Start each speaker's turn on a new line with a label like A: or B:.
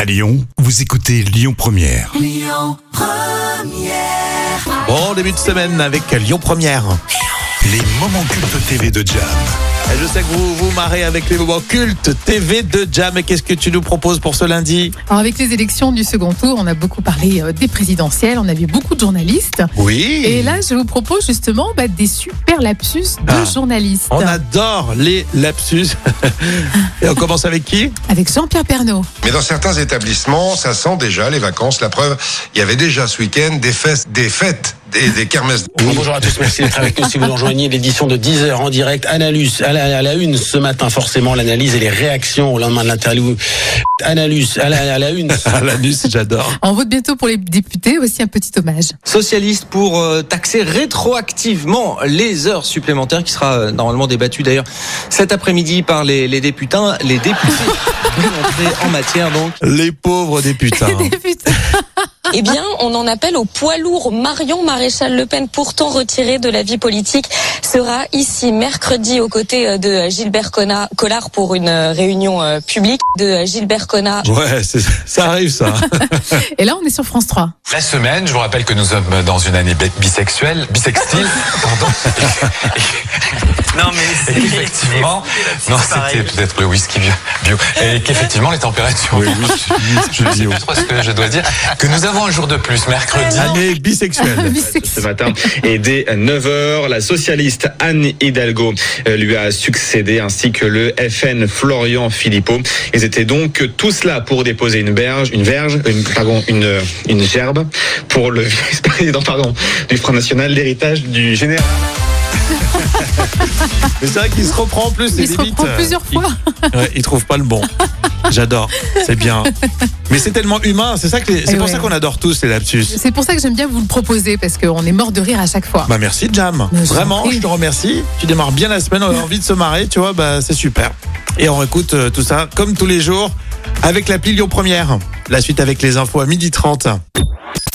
A: À Lyon, vous écoutez Lyon Première.
B: Bon début de semaine avec Lyon Première.
A: Les moments cultes TV de Jam.
B: Et Je sais que vous vous marrez avec les moments cultes TV de Jam. Et qu'est-ce que tu nous proposes pour ce lundi
C: Alors avec les élections du second tour, on a beaucoup parlé euh, des présidentielles, on a vu beaucoup de journalistes.
B: Oui.
C: Et là, je vous propose justement bah, des super lapsus de
B: Ah.
C: journalistes.
B: on adore les lapsus. Et on commence avec qui
C: Avec Jean-Pierre Pernaud.
D: Mais dans certains établissements, ça sent déjà les vacances. La preuve, il y avait déjà ce week-end des fesses, des fêtes, des, des kermesses.
E: Oui, bonjour à tous, merci d'être avec nous. Si vous nous rejoignez l'édition de 10h en direct, Analus, à la, à la une ce matin, forcément, l'analyse et les réactions au lendemain de l'interview. Analus, à la, à la une.
B: Ah, L'anus, j'adore.
C: On vote bientôt pour les députés, aussi un petit hommage.
F: socialiste pour euh, taxer rétroactivement les heures supplémentaires qui sera euh, normalement débattu d'ailleurs cet après-midi par les, les députés. Les députés vont entrer en matière donc.
B: Les pauvres des putains.
C: Député.
G: Eh bien, on en appelle au poids lourd. Marion Maréchal Le Pen, pourtant retirée de la vie politique, sera ici mercredi aux côtés euh, de Gilbert Conna- Collard pour une euh, réunion euh, publique de Gilbert Connard.
B: Ouais, c'est- ça arrive ça.
C: Et là, on est sur France 3.
H: La semaine, je vous rappelle que nous sommes dans une année bi- bisexuelle, bisextile, pardon. non mais effectivement, non c'était peut-être le whisky bio, bio. et qu'effectivement les températures. je ne sais plus trop ce que je dois dire. Que nous avons un jour de plus, mercredi.
B: Année bisexuelle.
I: ce matin. Et dès 9h, la socialiste Anne Hidalgo euh, lui a succédé, ainsi que le FN Florian Philippot. Ils étaient donc tous là pour déposer une berge, une verge, une, pardon, une, euh, une gerbe pour le vice-président, pardon, du Front National, l'héritage du général.
B: Mais c'est vrai qu'il se reprend en plus. c'est
C: Il se
B: limite,
C: reprend
B: euh,
C: plusieurs
B: il-
C: fois.
B: Ouais, il trouve pas le bon. J'adore, c'est bien. Mais c'est tellement humain, c'est ça que les- c'est
C: Eh
B: pour
C: ouais.
B: ça qu'on adore tous les lapsus.
C: C'est pour ça que j'aime bien vous le proposer, parce qu'on est mort de rire à chaque fois.
B: Bah merci Jam.
C: Mais je vous en
B: Vraiment,
C: prie.
B: je te remercie. Tu démarres bien la semaine, on a envie de se marrer, tu vois, bah c'est super. Et on écoute euh, tout ça comme tous les jours avec l'appli Lyon Première. La suite avec les infos à 12h30.